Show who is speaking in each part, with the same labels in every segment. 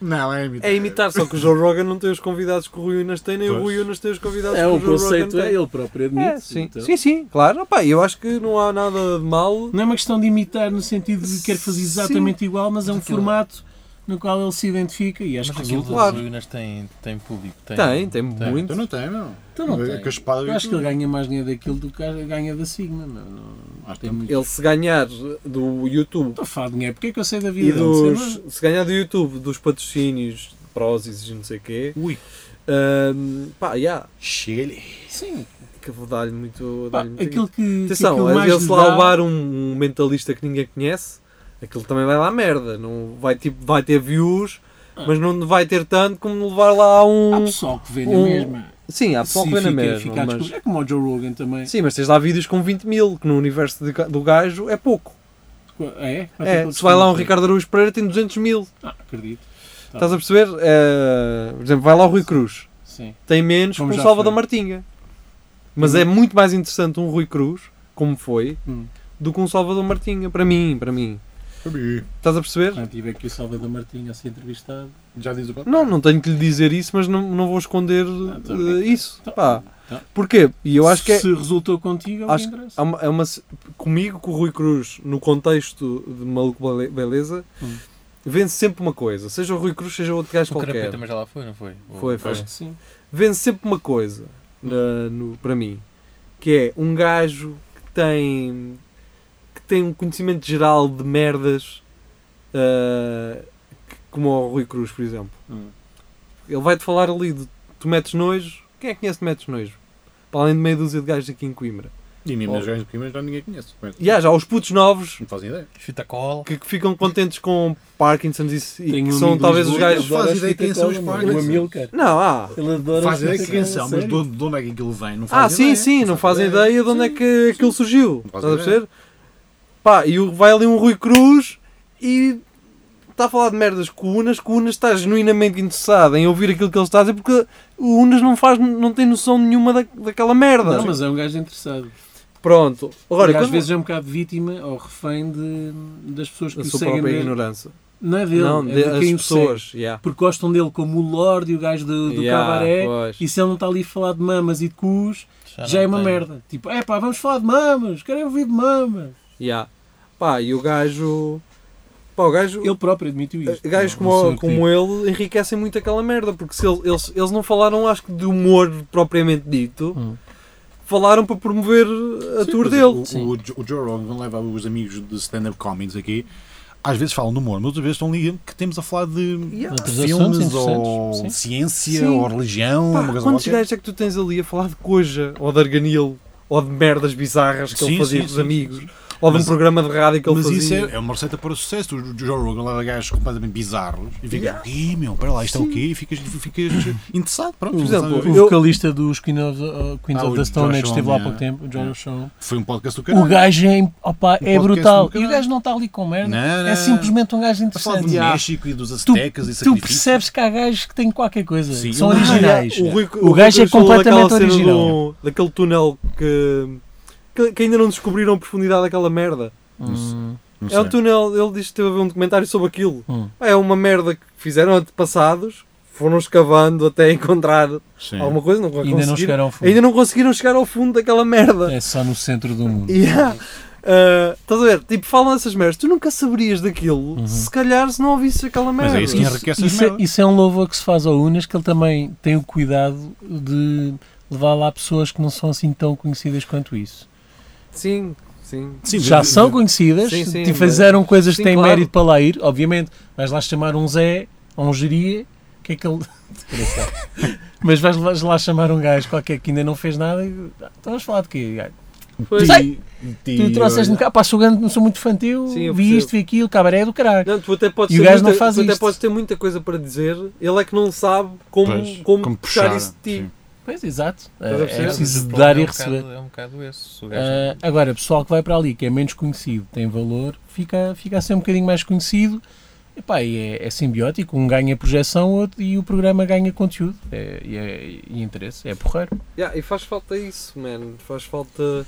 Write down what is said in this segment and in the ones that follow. Speaker 1: Não, é imitar.
Speaker 2: É imitar, só que o Joe Rogan não tem os convidados que o Rui Unas tem, nem o
Speaker 3: Pois.
Speaker 2: Rui Unas tem os convidados
Speaker 4: É,
Speaker 2: que o,
Speaker 4: o
Speaker 2: Joe
Speaker 4: conceito
Speaker 2: Rogan
Speaker 4: é
Speaker 2: tem.
Speaker 4: ele próprio, admite.
Speaker 2: um
Speaker 4: então.
Speaker 2: É, sim. sim, sim, claro. Opa, eu acho que não há nada de mal.
Speaker 3: Não é uma questão de imitar no sentido de quer fazer exatamente igual, mas é um formato no qual ele se identifica e acho
Speaker 5: Mas
Speaker 3: que
Speaker 5: aquilo
Speaker 3: resulta.
Speaker 5: dos
Speaker 2: Claro.
Speaker 5: Unas tem, tem público. Tem,
Speaker 2: Tem, tem muito.
Speaker 1: Então não tem, não.
Speaker 3: Então não tem.
Speaker 1: Com a espada
Speaker 3: Eu acho que ele ganha mais dinheiro daquilo do que ganha da Sigma. Não, não-
Speaker 2: Ah,
Speaker 1: Acho
Speaker 3: tem
Speaker 1: que-
Speaker 3: muito.
Speaker 2: Ele se ganhar do YouTube
Speaker 3: Estou a falar de dinheiro, porque é que eu sei da
Speaker 2: e
Speaker 3: vida dele? Sei lá.
Speaker 2: dos. Se ganhar do YouTube dos patrocínios, prósis e não sei o quê.
Speaker 3: Ui.
Speaker 2: hum, pá, yeah,
Speaker 1: Chega-lhe.
Speaker 3: Sim,
Speaker 2: que vou dar-lhe muito.
Speaker 3: pá,
Speaker 2: dar-lhe muito
Speaker 3: aquilo que. que
Speaker 2: Atenção,
Speaker 3: aquilo mais
Speaker 2: ele se
Speaker 3: lhe
Speaker 2: lá
Speaker 3: dá-
Speaker 2: levar um, um mentalista que ninguém conhece, aquilo também vai lá merda. Não, vai, tipo, vai ter views, mas não vai ter tanto como levar lá
Speaker 3: Ah. Há
Speaker 2: um.
Speaker 3: pessoal que vende
Speaker 2: um-
Speaker 3: mesmo.
Speaker 2: Sim, há pessoal que vê na mesma.
Speaker 3: fica a
Speaker 2: mas-
Speaker 3: descobrir. É como o Joe Rogan também.
Speaker 2: Sim, mas tens lá vídeos com 20 mil, que no universo de ga- do gajo é pouco.
Speaker 3: É? Quanto é que
Speaker 2: É,
Speaker 3: ele
Speaker 2: se vai lá um
Speaker 3: descobriu?
Speaker 2: Ricardo Araújo Pereira, tem 200 mil.
Speaker 3: Ah, acredito. Tá.
Speaker 2: Estás a perceber? É, por exemplo, vai lá o Rui Cruz,
Speaker 3: Sim.
Speaker 2: tem menos que
Speaker 3: Como
Speaker 2: o
Speaker 3: já
Speaker 2: Salva
Speaker 3: foi. Uhum.
Speaker 2: da Martinha. Mas é muito mais interessante um Rui Cruz, como foi,
Speaker 3: Hum.
Speaker 2: do que um Salvador Martinha, para mim, para mim. Estás a perceber?
Speaker 3: Portanto, Ah, tive aqui o Salvador Martinho a ser entrevistado.
Speaker 1: Já diz o papo.
Speaker 2: Não, não tenho que lhe dizer isso, mas não, não vou esconder
Speaker 3: tá
Speaker 5: Ah,
Speaker 2: eh,
Speaker 3: bem.
Speaker 2: isso. Pá.
Speaker 3: tá.
Speaker 2: Porquê? E eu acho que é,
Speaker 3: Se resultou contigo, é o que
Speaker 2: acho-
Speaker 3: interessa.
Speaker 2: há uma- é uma se- Comigo, com o Rui Cruz, no contexto de Maluco Bele- Beleza,
Speaker 3: Hum.
Speaker 2: vence sempre uma coisa. Seja o Rui Cruz, seja outro gajo
Speaker 5: O Carapeta
Speaker 2: qualquer.
Speaker 5: também já lá foi, não foi? O- Hum.
Speaker 2: Foi, foi.
Speaker 3: Acho que sim.
Speaker 2: Vence sempre uma coisa, na- no, para mim. Que é um gajo que tem... Que tem um conhecimento geral de merdas... eh, que- como o Rui Cruz, por exemplo.
Speaker 3: Hum.
Speaker 2: Ele vai-te falar ali de tu metes nojo. Quem é que conhece de metes nojo? Para além de meia dúzia de gajos aqui em Coimbra.
Speaker 1: E mesmo
Speaker 2: Oh.
Speaker 1: nas grandes primas já ninguém conhece. Como é que-
Speaker 2: E há já os putos novos
Speaker 1: Não fazem ideia.
Speaker 5: Fita cola.
Speaker 2: que, que ficam contentes com Parkinson's e, e
Speaker 3: Tenho
Speaker 2: que
Speaker 3: um
Speaker 2: são
Speaker 3: amigo de
Speaker 2: talvez os
Speaker 3: Lisboa,
Speaker 2: gajos.
Speaker 1: ele faz ideia quem são os
Speaker 3: O
Speaker 1: Parkinsons.
Speaker 3: Amilcar.
Speaker 2: Não, há.
Speaker 3: Ele adora
Speaker 1: Faz ideia que
Speaker 3: fita
Speaker 1: quem
Speaker 3: cola,
Speaker 1: são, mas
Speaker 3: sério.
Speaker 1: de de onde é que aquilo vem? Não
Speaker 2: Ah,
Speaker 1: fazem
Speaker 2: sim,
Speaker 1: ideia.
Speaker 2: sim, não fazem ideia de onde é que aquilo surgiu.
Speaker 1: Não
Speaker 2: Estás
Speaker 1: fazem
Speaker 2: a
Speaker 1: ideia.
Speaker 2: perceber? Pá, e o- vai ali um Rui Cruz e está a falar de merdas com o Unas, que o Unas está genuinamente interessado em ouvir aquilo que ele está a dizer porque o Unas não, faz, não tem noção nenhuma da, daquela merda.
Speaker 3: Não, mas é um gajo interessado.
Speaker 2: Pronto. Agora,
Speaker 3: e às
Speaker 2: quando-
Speaker 3: vezes é um bocado vítima ou refém de, das pessoas que
Speaker 2: a
Speaker 3: o
Speaker 2: sua
Speaker 3: seguem.
Speaker 2: própria
Speaker 3: dele.
Speaker 2: ignorância.
Speaker 3: Não é dele,
Speaker 2: não,
Speaker 3: é
Speaker 2: de-
Speaker 3: de
Speaker 2: as
Speaker 3: quem o segue.
Speaker 2: pessoas. yeah.
Speaker 3: Porque gostam dele como o Lorde e o gajo do, do
Speaker 2: Yeah,
Speaker 3: cabaré.
Speaker 2: pois.
Speaker 3: E se ele não está ali a falar de mamas e de cus, já,
Speaker 5: não
Speaker 3: é uma
Speaker 5: tem.
Speaker 3: merda. Tipo, é pá, vamos falar de mamas, querem ouvir de mamas.
Speaker 2: Yeah. Pá, e o gajo. Pá, o gajo. eh,
Speaker 3: Ele próprio admitiu isto.
Speaker 2: Gajos
Speaker 3: Não,
Speaker 2: como,
Speaker 3: não sei o que
Speaker 2: como ele enriquecem muito aquela merda, porque se ele- eles, eles não falaram, acho que, de humor propriamente dito,
Speaker 3: Hum.
Speaker 2: falaram para promover a
Speaker 1: Sim,
Speaker 2: tour
Speaker 1: mas
Speaker 2: dele.
Speaker 1: O, o, Jo- o Joe Rogan leva os amigos de stand-up comedians aqui. Às vezes falam de humor, mas outras vezes estão ali que temos a falar de
Speaker 2: Yeah.
Speaker 3: Outras
Speaker 1: filmes
Speaker 3: assuntos
Speaker 1: ou
Speaker 3: interessantes,
Speaker 1: ciência
Speaker 2: Sim.
Speaker 1: ou religião.
Speaker 2: Pá,
Speaker 1: uma coisa
Speaker 2: quantos
Speaker 1: qualquer.
Speaker 2: gajos é que tu tens ali a falar de coja, ou de arganil, ou de merdas bizarras que ele
Speaker 1: Sim,
Speaker 2: fazia
Speaker 1: sim,
Speaker 2: com os
Speaker 1: sim,
Speaker 2: amigos, ou de um
Speaker 1: Mas-
Speaker 2: programa de rádio que ele
Speaker 1: Mas
Speaker 2: fazia?
Speaker 1: isso é, é uma receita para o sucesso. O Joe Rogan leva gajos completamente bizarros e ficas,
Speaker 2: Yeah.
Speaker 1: ih meu, para lá, isto é o quê? E ficas, ficas interessado. Pronto,
Speaker 2: Por
Speaker 1: começas a
Speaker 2: exemplo,
Speaker 1: ver.
Speaker 2: Eu-
Speaker 3: O vocalista dos Queen of, uh, Queens
Speaker 1: Ah,
Speaker 3: of
Speaker 1: o
Speaker 3: the Stone Age
Speaker 1: Joshua,
Speaker 3: esteve lá há
Speaker 1: é.
Speaker 3: pouco tempo, o John
Speaker 1: É.
Speaker 3: Show.
Speaker 1: foi um podcast do
Speaker 3: O
Speaker 1: caralho.
Speaker 3: gajo é, im- opa, é
Speaker 1: podcast
Speaker 3: brutal.
Speaker 1: do
Speaker 3: E o
Speaker 1: caralho.
Speaker 3: gajo não está ali com merda.
Speaker 1: Não,
Speaker 3: É
Speaker 1: não. Tá
Speaker 3: simplesmente um gajo
Speaker 1: A falar
Speaker 3: interessante.
Speaker 1: do
Speaker 3: Yeah.
Speaker 1: México e dos
Speaker 3: Tu,
Speaker 1: aztecas e
Speaker 3: tu
Speaker 1: sacrifícios.
Speaker 3: percebes que há gajos que têm qualquer coisa.
Speaker 1: Sim.
Speaker 3: São
Speaker 1: Ah,
Speaker 3: originais.
Speaker 2: O, Rui-
Speaker 3: O
Speaker 2: Rui
Speaker 3: gajo é
Speaker 2: Cruz falou
Speaker 3: completamente
Speaker 2: daquela cena
Speaker 3: original.
Speaker 2: do- daquele túnel que, que, que ainda não descobriram a profundidade daquela merda.
Speaker 3: Hum,
Speaker 1: Não sei.
Speaker 2: É um túnel, ele disse que teve a ver um documentário sobre aquilo.
Speaker 3: hum.
Speaker 2: É uma merda que fizeram antepassados, foram escavando até encontrar
Speaker 1: Sim.
Speaker 2: alguma coisa, não
Speaker 3: Ainda não
Speaker 2: conseguiram.
Speaker 3: chegaram ao fundo.
Speaker 2: ainda não conseguiram chegar ao fundo daquela merda.
Speaker 3: É só no centro do mundo.
Speaker 2: Yeah. Uh, estás a ver? Tipo, falam essas merdas. Tu nunca saberias daquilo se calhar se não ouvisses aquela merda.
Speaker 1: Mas é isso que enriquece as
Speaker 3: Isso Uhum. é,
Speaker 1: merdas.
Speaker 3: isso é um louvor que se faz ao Unas, que ele também tem o cuidado de levar lá pessoas que não são assim tão conhecidas quanto isso. é
Speaker 2: Sim, sim.
Speaker 1: Sim,
Speaker 3: Já
Speaker 1: de- de-
Speaker 3: são conhecidas,
Speaker 2: Sim, sim,
Speaker 3: te fizeram coisas
Speaker 2: sim,
Speaker 3: que têm
Speaker 2: claro.
Speaker 3: mérito para lá ir, obviamente. Vais lá chamar um Zé, ou um Geria, que é que ele... Desgraçado. Mas vais lá, lá chamar um gajo qualquer que ainda não fez nada e... "Ah, Então vamos falar de quê, gajo? Sei. Tu trouxeste-me cá, pá, sou grande, não sou muito fã teu,
Speaker 2: Sim, eu
Speaker 3: vi
Speaker 2: percebo.
Speaker 3: isto, vi aquilo, cabaré do caralho.
Speaker 2: Não, tu até podes,
Speaker 3: E o
Speaker 2: ter
Speaker 3: gajo
Speaker 2: muita,
Speaker 3: não faz
Speaker 2: tu até
Speaker 3: isto.
Speaker 2: podes ter muita coisa para dizer, ele é que não sabe como,
Speaker 1: Pois,
Speaker 2: como,
Speaker 1: como
Speaker 2: puxar, tipo.
Speaker 1: puxar,
Speaker 2: isso de ti.
Speaker 3: Pois, exato. É,
Speaker 2: a
Speaker 3: é
Speaker 2: perceber?
Speaker 3: preciso
Speaker 5: O
Speaker 3: dar e
Speaker 5: problema é um bocado-
Speaker 3: receber.
Speaker 5: É um bocado esse. O gajo
Speaker 2: é.
Speaker 3: Ah, agora, pessoal que vai para ali, que é menos conhecido, tem valor, fica, fica a ser um bocadinho mais conhecido. Epá, e é, é simbiótico, um ganha projeção outro, e o programa ganha conteúdo é, e, é- e interesse, é porreiro.
Speaker 2: Yeah, e faz falta isso, mano. Faz falta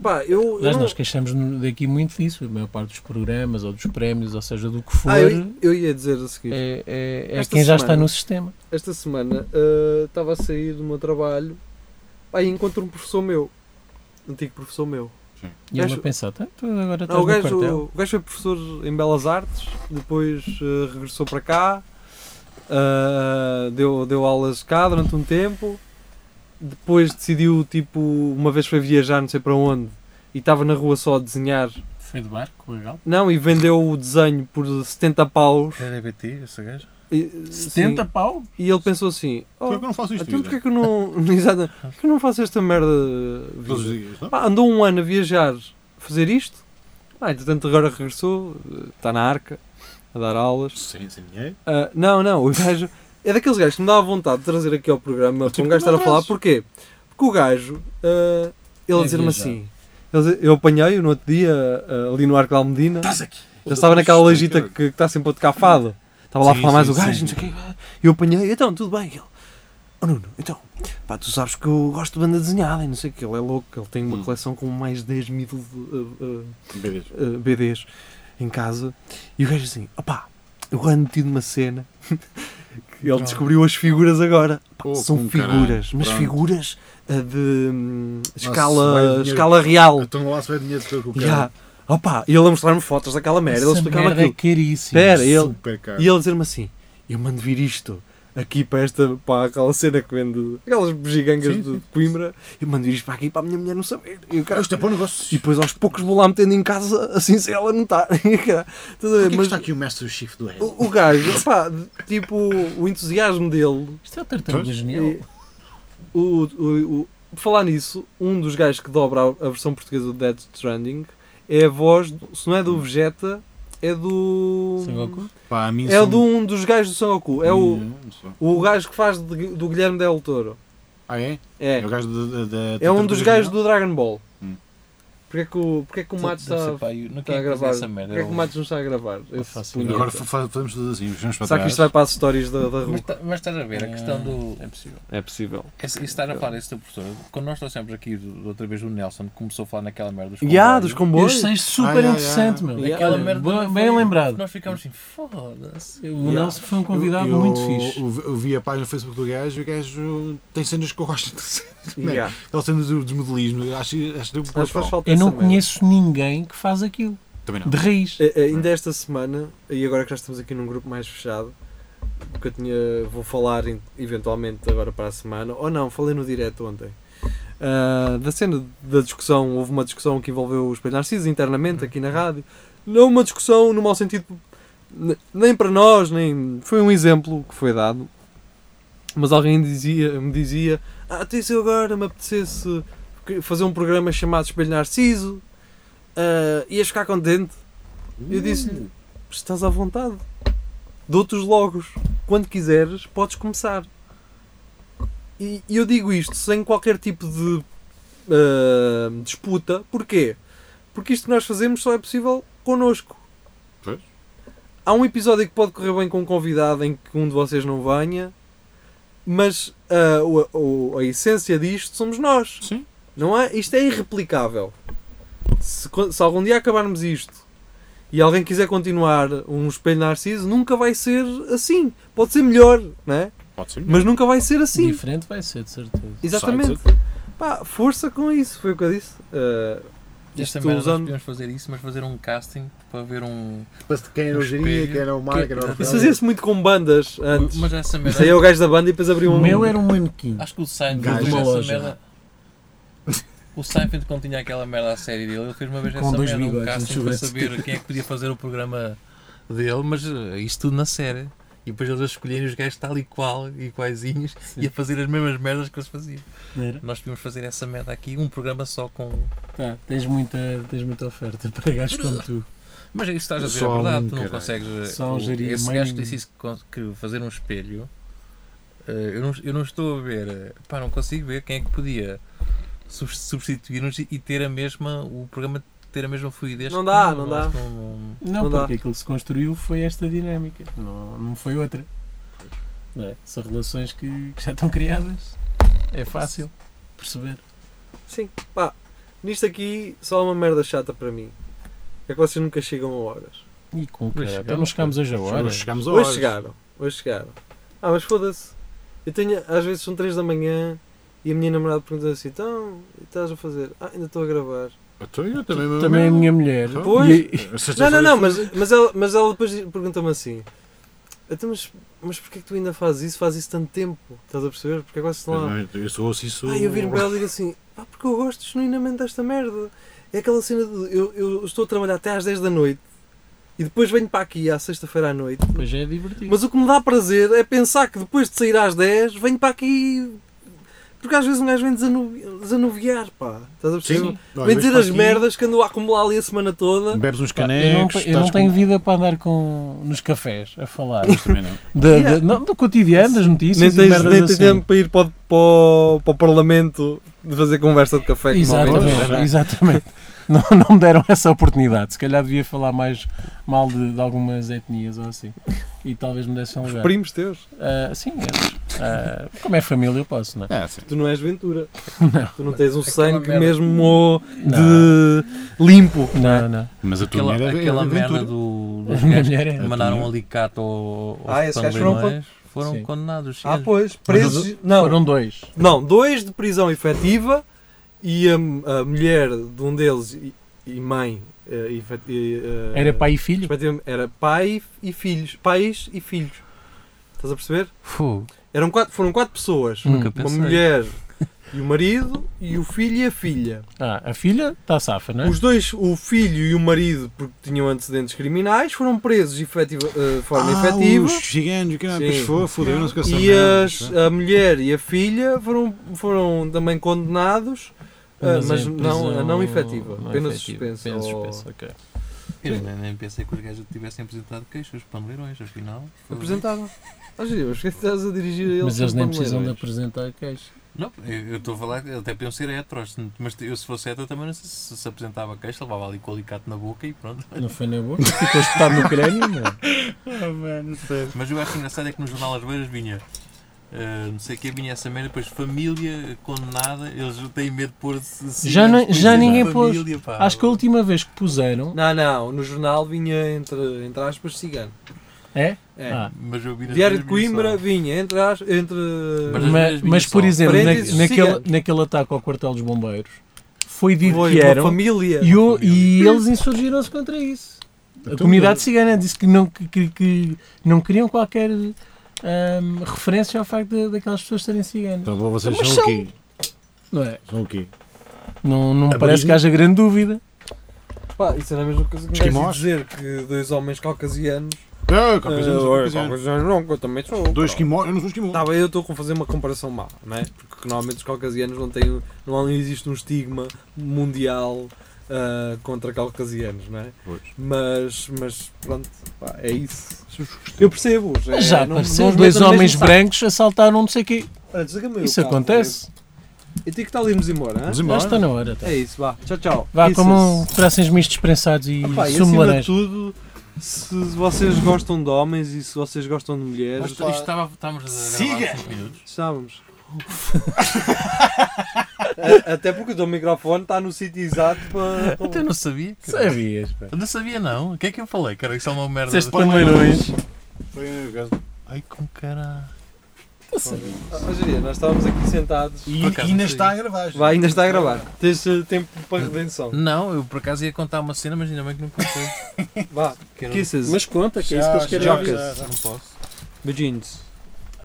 Speaker 2: Pá, eu, eu
Speaker 3: Aliás,
Speaker 2: não-
Speaker 3: nós queixamos daqui muito disso, a maior parte dos programas ou dos prémios, ou seja, do que for,
Speaker 2: Ah, eu, eu ia dizer o seguinte.
Speaker 3: é, é- é
Speaker 2: Esta
Speaker 3: quem já
Speaker 2: semana-
Speaker 3: está no sistema.
Speaker 2: Esta semana ah, estava a sair do meu trabalho pá, e encontro um professor meu. Antigo professor meu.
Speaker 3: E ele
Speaker 2: Gajo-
Speaker 3: a pensar, tá, tu agora
Speaker 2: Ah,
Speaker 3: estás
Speaker 2: o,
Speaker 3: no
Speaker 2: gajo,
Speaker 3: quartel.
Speaker 2: o gajo foi professor em Belas Artes, depois ah, regressou para cá, ah, deu, deu aulas cá durante um tempo, depois decidiu, tipo, uma vez foi viajar não sei para onde e estava na rua só a desenhar.
Speaker 3: Foi de barco, legal.
Speaker 2: Não, e vendeu o desenho por 70 paus.
Speaker 5: Era BT, esse gajo?
Speaker 2: E,
Speaker 3: 70
Speaker 2: sim.
Speaker 3: pau?
Speaker 2: E ele pensou assim,
Speaker 1: Por
Speaker 2: "Oh,
Speaker 1: que eu não faço isto?
Speaker 2: Então
Speaker 1: Vida?
Speaker 2: porquê é que eu não. Exato, porquê que eu não faço esta merda. vida?
Speaker 1: Todos os dias, não?
Speaker 2: Pá, andou um ano a viajar a fazer isto. Ah, entretanto agora regressou, eh, está na arca, a dar aulas.
Speaker 1: Sem, sem dinheiro.
Speaker 2: Ah, não, não, o gajo. É daqueles gajos que me dá vontade de trazer aqui ao programa
Speaker 1: Mas
Speaker 2: para um
Speaker 1: tipo,
Speaker 2: gajo
Speaker 1: não
Speaker 2: estar a falar.
Speaker 1: trazes.
Speaker 2: Porquê? Porque o gajo. ah, ele
Speaker 3: É
Speaker 2: dizer-me
Speaker 3: viajar.
Speaker 2: assim. ele dizer- eu apanhei-o no outro dia ah, ali no Arco da Almedina.
Speaker 1: Estás aqui.
Speaker 2: Ele estava naquela legita que que está sempre a tocar fado. Estava lá a
Speaker 1: Sim,
Speaker 2: falar mais
Speaker 1: sim,
Speaker 2: o gajo,
Speaker 1: sim.
Speaker 2: não sei o quê. E eu apanhei, então, tudo bem. E Ele, oh Nuno, então, pá, tu sabes que eu gosto de banda desenhada e não sei o que. Ele é louco, ele tem uma
Speaker 1: Hum.
Speaker 2: coleção com mais de 10 mil uh, uh,
Speaker 1: Beleza.
Speaker 2: uh, BDs em casa. E o gajo assim, opá, eu agora meti numa cena. que Ele descobriu as figuras agora. Pá,
Speaker 1: Ah. Oh,
Speaker 2: São
Speaker 1: com
Speaker 2: figuras,
Speaker 1: caralho,
Speaker 2: mas
Speaker 1: pronto.
Speaker 2: figuras uh, de hum,
Speaker 1: Nossa, vai
Speaker 2: escala,
Speaker 1: dinheiro.
Speaker 2: escala real.
Speaker 1: Então lá se vai dinheiro todo com o
Speaker 2: Já.
Speaker 1: cara.
Speaker 2: Opa, e ele a mostrar-me fotos daquela merda, ele
Speaker 3: Essa
Speaker 2: explicava
Speaker 3: merda é
Speaker 2: aquilo.
Speaker 3: caríssima.
Speaker 2: Espera, ele-
Speaker 1: Super caro.
Speaker 2: E ele dizer-me assim: Eu mando vir isto aqui para esta, para aquela cena que vende aquelas gigangas
Speaker 1: Sim,
Speaker 2: de Coimbra, eu mando vir isto para aqui para a minha mulher não saber. E, o
Speaker 1: Ah,
Speaker 2: cara-
Speaker 1: Isto é para o negócio.
Speaker 2: e depois aos poucos vou lá metendo em casa assim se ela não está. E o cara, estás a
Speaker 1: Porquê
Speaker 2: ver?
Speaker 1: que
Speaker 2: Mas Oh.
Speaker 1: está aqui o Master Chief do Ed?
Speaker 2: o, o gajo, pá, tipo, o entusiasmo dele,
Speaker 3: Isto é o tartaruga
Speaker 1: Pois.
Speaker 3: genial.
Speaker 2: o, o, o- por falar nisso, um dos gajos que dobra a, a versão portuguesa do Dead Stranding é a voz, do- se não é do Vegeta, é do.
Speaker 3: Sengoku?
Speaker 1: Pá, a mim
Speaker 2: É
Speaker 1: são-
Speaker 2: de um dos gajos do Sengoku. É o,
Speaker 1: Não sei.
Speaker 2: O gajo que faz de- do Guilherme Del Toro.
Speaker 1: Ah, é? É
Speaker 2: É.
Speaker 1: o gajo da- da- da-
Speaker 2: É um dos
Speaker 1: da-
Speaker 2: gajos do Dragon Ball.
Speaker 1: Hum.
Speaker 2: Porquê que o, porquê que o Matos
Speaker 5: Deve ser
Speaker 2: está,
Speaker 5: pá,
Speaker 3: tá
Speaker 5: eu- não
Speaker 2: está
Speaker 5: quero
Speaker 2: a
Speaker 5: fazer
Speaker 2: gravar?
Speaker 5: Essa merda.
Speaker 3: é
Speaker 2: Porquê que o Matos não está a gravar? esse
Speaker 3: faço
Speaker 2: punheta?
Speaker 1: Agora fa- fa- fazemos tudo assim, vamos para
Speaker 2: Será que
Speaker 1: trás.
Speaker 2: isto vai para as histórias da, da
Speaker 5: Mas,
Speaker 2: rua?
Speaker 5: tá- mas estás a ver, a questão do.
Speaker 3: É possível.
Speaker 2: É possível.
Speaker 5: Esse, isso estar a falar desse teu professor, quando nós trouxemos aqui do- outra vez o Nelson, que começou a falar naquela merda dos
Speaker 2: E há
Speaker 5: comboios,
Speaker 2: dos
Speaker 3: Eu
Speaker 2: comboios.
Speaker 3: achei é super
Speaker 1: Ah, já,
Speaker 3: interessante,
Speaker 1: já.
Speaker 3: meu.
Speaker 2: Yeah.
Speaker 5: aquela
Speaker 3: Olha,
Speaker 5: merda
Speaker 3: boa-
Speaker 5: também
Speaker 3: é bem
Speaker 5: foi-
Speaker 3: lembrado.
Speaker 5: Nós ficámos assim, foda-se.
Speaker 3: O
Speaker 2: Yeah.
Speaker 3: Nelson foi um convidado
Speaker 1: Eu-
Speaker 3: muito
Speaker 1: eu-
Speaker 3: fixe.
Speaker 1: Eu, vi a página no Facebook do gajo e o gajo tem cenas que eu gosto de ser.
Speaker 2: Yeah.
Speaker 1: Ele sendo do desmodelismo. Acho acho que
Speaker 2: Mas faz falta
Speaker 3: Eu
Speaker 2: essa
Speaker 3: não
Speaker 2: merda.
Speaker 3: conheço ninguém que faz aquilo.
Speaker 1: Também não.
Speaker 3: De raiz.
Speaker 2: A- a- Ainda esta semana, e agora que já estamos aqui num grupo mais fechado, que eu tinha, vou falar em- eventualmente agora para a semana, ou não, falei no direto ontem. Ah, da cena da discussão, houve uma discussão que envolveu o Espelho Narciso internamente aqui na rádio. Não uma discussão no mau sentido, ne- nem para nós, nem. Foi um exemplo que foi dado. Mas alguém dizia, me dizia: Ah, até se eu agora me apetecesse fazer um programa chamado Espelho Narciso, ah, ias ficar contente. Eu disse-lhe: Estás à vontade. Dou-te os logos. Quando quiseres, podes começar. E e eu digo isto sem qualquer tipo de ah, disputa. Porquê? Porque isto que nós fazemos só é possível connosco.
Speaker 1: Pois.
Speaker 2: Há um episódio que pode correr bem com um convidado em que um de vocês não venha, mas ah, o- o- a essência disto somos nós.
Speaker 1: Sim.
Speaker 2: Não há, isto é irreplicável. Se, co- se algum dia acabarmos isto e alguém quiser continuar um espelho narciso, nunca vai ser assim. Pode ser melhor, né?
Speaker 1: Pode ser.
Speaker 2: mas nunca vai ser assim.
Speaker 3: Diferente vai ser, de certeza.
Speaker 2: Exatamente. Pá, força com isso, foi o que eu disse. Ah,
Speaker 5: Esta
Speaker 2: isto
Speaker 5: merda nós
Speaker 2: usando-
Speaker 5: podíamos fazer isso, mas fazer um casting para ver um.
Speaker 1: Mas quem era o
Speaker 5: Um
Speaker 1: Jeria,
Speaker 5: espelho.
Speaker 1: quem era o Mar, quem era o
Speaker 2: Isso fazia-se muito com bandas antes.
Speaker 5: Mas é- essa merda.
Speaker 3: é
Speaker 2: Saía o gajo da banda e depois abriu
Speaker 3: O
Speaker 2: um.
Speaker 3: meu era um manequim.
Speaker 5: Acho que o Seinfeld
Speaker 1: Gajo.
Speaker 5: fez
Speaker 1: Uma
Speaker 5: essa
Speaker 3: loja.
Speaker 5: merda. O Seinfeld, quando tinha aquela merda à série dele, ele fez uma vez
Speaker 3: Com
Speaker 5: essa
Speaker 3: dois
Speaker 5: merda, um
Speaker 3: bigodes,
Speaker 5: casting
Speaker 3: um
Speaker 5: para
Speaker 3: chuvette.
Speaker 5: saber quem é que podia fazer o programa dele, mas eh, isto tudo na série. E depois eles a escolherem os gajos tal e qual, e quaisinhos, e a fazer as mesmas merdas que eles faziam.
Speaker 3: Era.
Speaker 5: Nós podíamos fazer essa merda aqui, um programa só com.
Speaker 3: Tá, tens muita, tens muita oferta para gajos como tu.
Speaker 5: Mas isso estás a dizer
Speaker 1: Só
Speaker 5: a verdade,
Speaker 1: um,
Speaker 5: tu não
Speaker 1: caralho.
Speaker 5: consegues. eh,
Speaker 3: Só um
Speaker 5: o-
Speaker 3: gerir
Speaker 5: esse
Speaker 3: meio
Speaker 5: gajo
Speaker 3: nenhum.
Speaker 5: disse isso, que- que fazer um espelho. eh, eu, não, eu não estou a ver, eh, pá, não consigo ver quem é que podia subs- substituir-nos e ter a mesma. o programa ter a mesma fluidez.
Speaker 2: Não
Speaker 5: que
Speaker 2: dá,
Speaker 5: nós,
Speaker 2: não dá.
Speaker 5: não- não-
Speaker 3: Não,
Speaker 2: Não dá.
Speaker 3: porque aquilo que se construiu foi esta dinâmica, não, não foi outra. Não é? São relações que, que já estão criadas. É fácil perceber.
Speaker 2: Sim, pá. Nisto aqui só há uma merda chata para mim. É que vocês nunca chegam a horas.
Speaker 3: E com
Speaker 5: Mas é
Speaker 3: cara,
Speaker 5: chegamos,
Speaker 3: não chegámos hoje a hora.
Speaker 1: Chegámos a
Speaker 2: Hoje
Speaker 1: horas.
Speaker 2: chegaram. Hoje chegaram. Ah, mas foda-se. Eu tenho, às vezes são 3 da manhã e a minha namorada pergunta assim: então, e estás a fazer? Ah, ainda estou a gravar.
Speaker 1: Então, eu também,
Speaker 3: Também a minha mulher. Então?
Speaker 2: Pois.
Speaker 3: E-
Speaker 2: é Não, não, não, mas, mas, ela, mas ela depois pergunta-me assim: então, mas, mas porquê que tu ainda fazes isso? Fazes isso tanto tempo? Estás a perceber? Porque é quase sei lá.
Speaker 1: Eu sou ouço isso.
Speaker 2: Ah, eu viro para ela e digo assim: ah, porque eu gosto genuinamente desta merda. É aquela cena de eu, eu estou a trabalhar até às 10 da noite e depois venho para aqui à sexta-feira à noite.
Speaker 3: Pois é divertido.
Speaker 2: Mas o que me dá prazer é pensar que depois de sair às 10 venho para aqui. Porque às vezes um gajo vem desanu- desanuviar, pá. Estás a perceber?
Speaker 1: Sim, Olha,
Speaker 2: Vem
Speaker 1: vens
Speaker 2: dizer
Speaker 1: para
Speaker 2: as
Speaker 1: aqui,
Speaker 2: merdas que andou a acumular ali a semana toda.
Speaker 1: Bebes uns
Speaker 3: Pá, eu não,
Speaker 1: canecos.
Speaker 3: te- eu não
Speaker 1: estás
Speaker 3: tenho
Speaker 1: com-
Speaker 3: vida para andar com, nos cafés a falar
Speaker 1: Mas também não.
Speaker 3: da,
Speaker 2: Yeah.
Speaker 3: da- não, do cotidiano, das notícias
Speaker 2: nem
Speaker 3: e
Speaker 2: tens,
Speaker 3: merdas
Speaker 2: nem tens
Speaker 3: assim.
Speaker 2: tempo para ir para o, para, o, para o Parlamento de fazer conversa de café com
Speaker 1: Exato.
Speaker 3: Exatamente,
Speaker 1: Malta.
Speaker 3: exatamente. Não, não me deram essa oportunidade. Se calhar devia falar mais mal de, de algumas etnias ou assim. E talvez me dessem um
Speaker 2: os
Speaker 3: lugar.
Speaker 2: primos teus.
Speaker 3: Ah, sim, esses. Ah, como é família, eu posso, não é?
Speaker 1: É, sim.
Speaker 2: Tu não és Ventura. Tu não tens um
Speaker 5: Aquela
Speaker 2: sangue
Speaker 5: merda.
Speaker 2: mesmo de limpo.
Speaker 3: Não, não.
Speaker 1: Mas a tua
Speaker 5: Aquela,
Speaker 1: mulher é- é
Speaker 5: aquela merda
Speaker 1: aventura.
Speaker 5: do,
Speaker 3: A
Speaker 5: dos
Speaker 3: minha
Speaker 5: gajos
Speaker 3: mulher é.
Speaker 5: que mandaram um alicate ao- aos
Speaker 2: Ah, esses gajos foram
Speaker 5: pangolins foram
Speaker 3: Sim.
Speaker 5: condenados.
Speaker 2: Ah,
Speaker 5: sim.
Speaker 2: pois. Presos. Não,
Speaker 3: Foram dois.
Speaker 2: não, dois de prisão efetiva e a, a mulher de um deles e, e mãe. eh, efet- e, eh,
Speaker 3: Era pai e filho?
Speaker 2: respectivamente, Era pai e filhos. Pais e filhos. Estás a perceber?
Speaker 3: Fogo.
Speaker 2: Eram quatro, foram quatro pessoas.
Speaker 3: Hum.
Speaker 5: Nunca
Speaker 2: Uma
Speaker 5: pensei.
Speaker 2: mulher e o marido, e o filho e a filha.
Speaker 3: Ah, a filha está safa, não é?
Speaker 2: Os dois, o filho e o marido, porque tinham antecedentes criminais, foram presos efetiva, eh, de forma
Speaker 1: Ah,
Speaker 2: efetiva.
Speaker 1: os gigantes, que é,
Speaker 2: Sim.
Speaker 1: pois foi, fudeu, não se cansa
Speaker 2: E
Speaker 1: nada,
Speaker 2: as-
Speaker 1: não é?
Speaker 2: a mulher e a filha foram, foram também condenados, eh,
Speaker 3: em
Speaker 2: mas não,
Speaker 3: prisão
Speaker 2: a não efetiva,
Speaker 3: não
Speaker 2: apenas
Speaker 3: efetiva,
Speaker 2: suspensa.
Speaker 3: Apenas
Speaker 2: ou-
Speaker 3: suspensa, ok.
Speaker 5: Eu nem, nem pensei que os gajos tivessem apresentado queixas para leirões, afinal. foi-
Speaker 2: Apresentaram. Ah, Gil, mas que estás a dirigir a eles?
Speaker 3: Mas eles
Speaker 2: são
Speaker 3: nem
Speaker 2: tão
Speaker 3: precisam de
Speaker 2: leões.
Speaker 3: apresentar queixa.
Speaker 5: Não, eu eu estou a falar, até podiam ser heteros, mas eu se fosse hetero também não sei se, se apresentava queixa, levava ali com o alicate na boca e pronto.
Speaker 3: Não foi na boca? Ficou espetado no crânio, não é?
Speaker 5: Mas eu acho engraçado é que no jornal As Beiras vinha. ah, não sei o que vinha essa merda, depois família condenada, eles têm medo de assim, pôr se
Speaker 3: Já nem- já ninguém pôs.
Speaker 5: família, pá.
Speaker 3: Acho que a última vez que puseram.
Speaker 2: Não, não, no jornal vinha entre, entre aspas cigano.
Speaker 3: É?
Speaker 2: É.
Speaker 3: Ah.
Speaker 5: Mas eu vi nas
Speaker 2: Diário de
Speaker 5: Beiras vinha
Speaker 2: Coimbra
Speaker 5: só-
Speaker 2: vinha entre as, entre
Speaker 5: Mas
Speaker 3: Ma-
Speaker 5: as
Speaker 3: Mas,
Speaker 5: minhas vinham
Speaker 3: por
Speaker 5: só.
Speaker 3: exemplo, na-
Speaker 2: Parênteses
Speaker 3: naquele,
Speaker 2: gigantes.
Speaker 3: naquele ataque ao quartel dos bombeiros, foi dito
Speaker 2: Foi
Speaker 3: que
Speaker 2: uma
Speaker 3: eram
Speaker 2: família.
Speaker 3: e, o-
Speaker 5: Uma
Speaker 3: e
Speaker 5: família.
Speaker 3: eles insurgiram-se contra isso. A
Speaker 1: Então,
Speaker 3: comunidade cigana disse que não, que, que- que não queriam qualquer ahm, referência ao facto de- daquelas pessoas serem ciganas.
Speaker 1: Então, vocês
Speaker 3: Mas
Speaker 1: são o
Speaker 3: são-
Speaker 1: quê?
Speaker 3: Não é?
Speaker 1: São o quê?
Speaker 3: Não, não
Speaker 1: Aborígenes?
Speaker 3: parece que haja grande dúvida.
Speaker 2: Pá, isso era a mesma coisa que me
Speaker 1: Esquimós?
Speaker 2: desse dizer que dois homens caucasianos.
Speaker 1: Ah,
Speaker 2: Eh,
Speaker 1: caucasianos,
Speaker 2: olha,
Speaker 1: caucasianos.
Speaker 2: caucasianos não, que eu também sou.
Speaker 1: Dois
Speaker 2: pá.
Speaker 1: esquimós, eu não sou esquimó.
Speaker 2: Tá bem, eu estou a fazer uma comparação má, não é? Porque normalmente os caucasianos não têm. Não existe um estigma mundial ah, contra caucasianos, não é?
Speaker 1: Pois.
Speaker 2: Mas, mas pronto, pá, é isso. Eu percebo. é,
Speaker 3: Mas já apareceu dois homens brancos assaltaram não sei quê. Isso acontece.
Speaker 2: Eu tenho que estar ali, vamos embora. hã?
Speaker 1: Vamos
Speaker 3: Já
Speaker 1: embora.
Speaker 3: está na hora. Tá.
Speaker 2: É isso, vá. Tchau, tchau.
Speaker 3: Vá
Speaker 2: Kisses.
Speaker 3: como corações mistos prensados e
Speaker 2: Pá, e
Speaker 3: sumo
Speaker 2: acima de
Speaker 3: laranja.
Speaker 2: tudo, se vocês gostam de homens e se vocês gostam de
Speaker 5: Mas
Speaker 2: mulheres,
Speaker 5: isto estava, estávamos a gravar
Speaker 1: Siga!
Speaker 5: 5 minutos.
Speaker 2: estávamos. A- Até porque o teu microfone está no sítio exato para.
Speaker 5: Até não sabia. cara.
Speaker 3: Sabias, pá.
Speaker 5: Eu Não sabia não. O que é que eu falei? Cara, isso é uma merda.
Speaker 3: Disseste paneleirões.
Speaker 1: um
Speaker 5: Ai, com cara.
Speaker 2: Ah, Jeria, nós estávamos aqui sentados.
Speaker 1: E
Speaker 5: Por acaso,
Speaker 1: ainda
Speaker 5: não
Speaker 1: está
Speaker 5: sei.
Speaker 1: a gravar. gente.
Speaker 2: Vai, ainda está a gravar. Tens eh, tempo para redenção.
Speaker 5: Não, eu por acaso ia contar uma cena, mas ainda bem que não contei.
Speaker 2: Vá,
Speaker 5: Que era- um
Speaker 2: kisses,
Speaker 3: Ah,
Speaker 4: Mas conta, que é isso que eles querem
Speaker 2: já,
Speaker 4: ouvir.
Speaker 2: já.
Speaker 5: Não posso.
Speaker 2: beijinhos.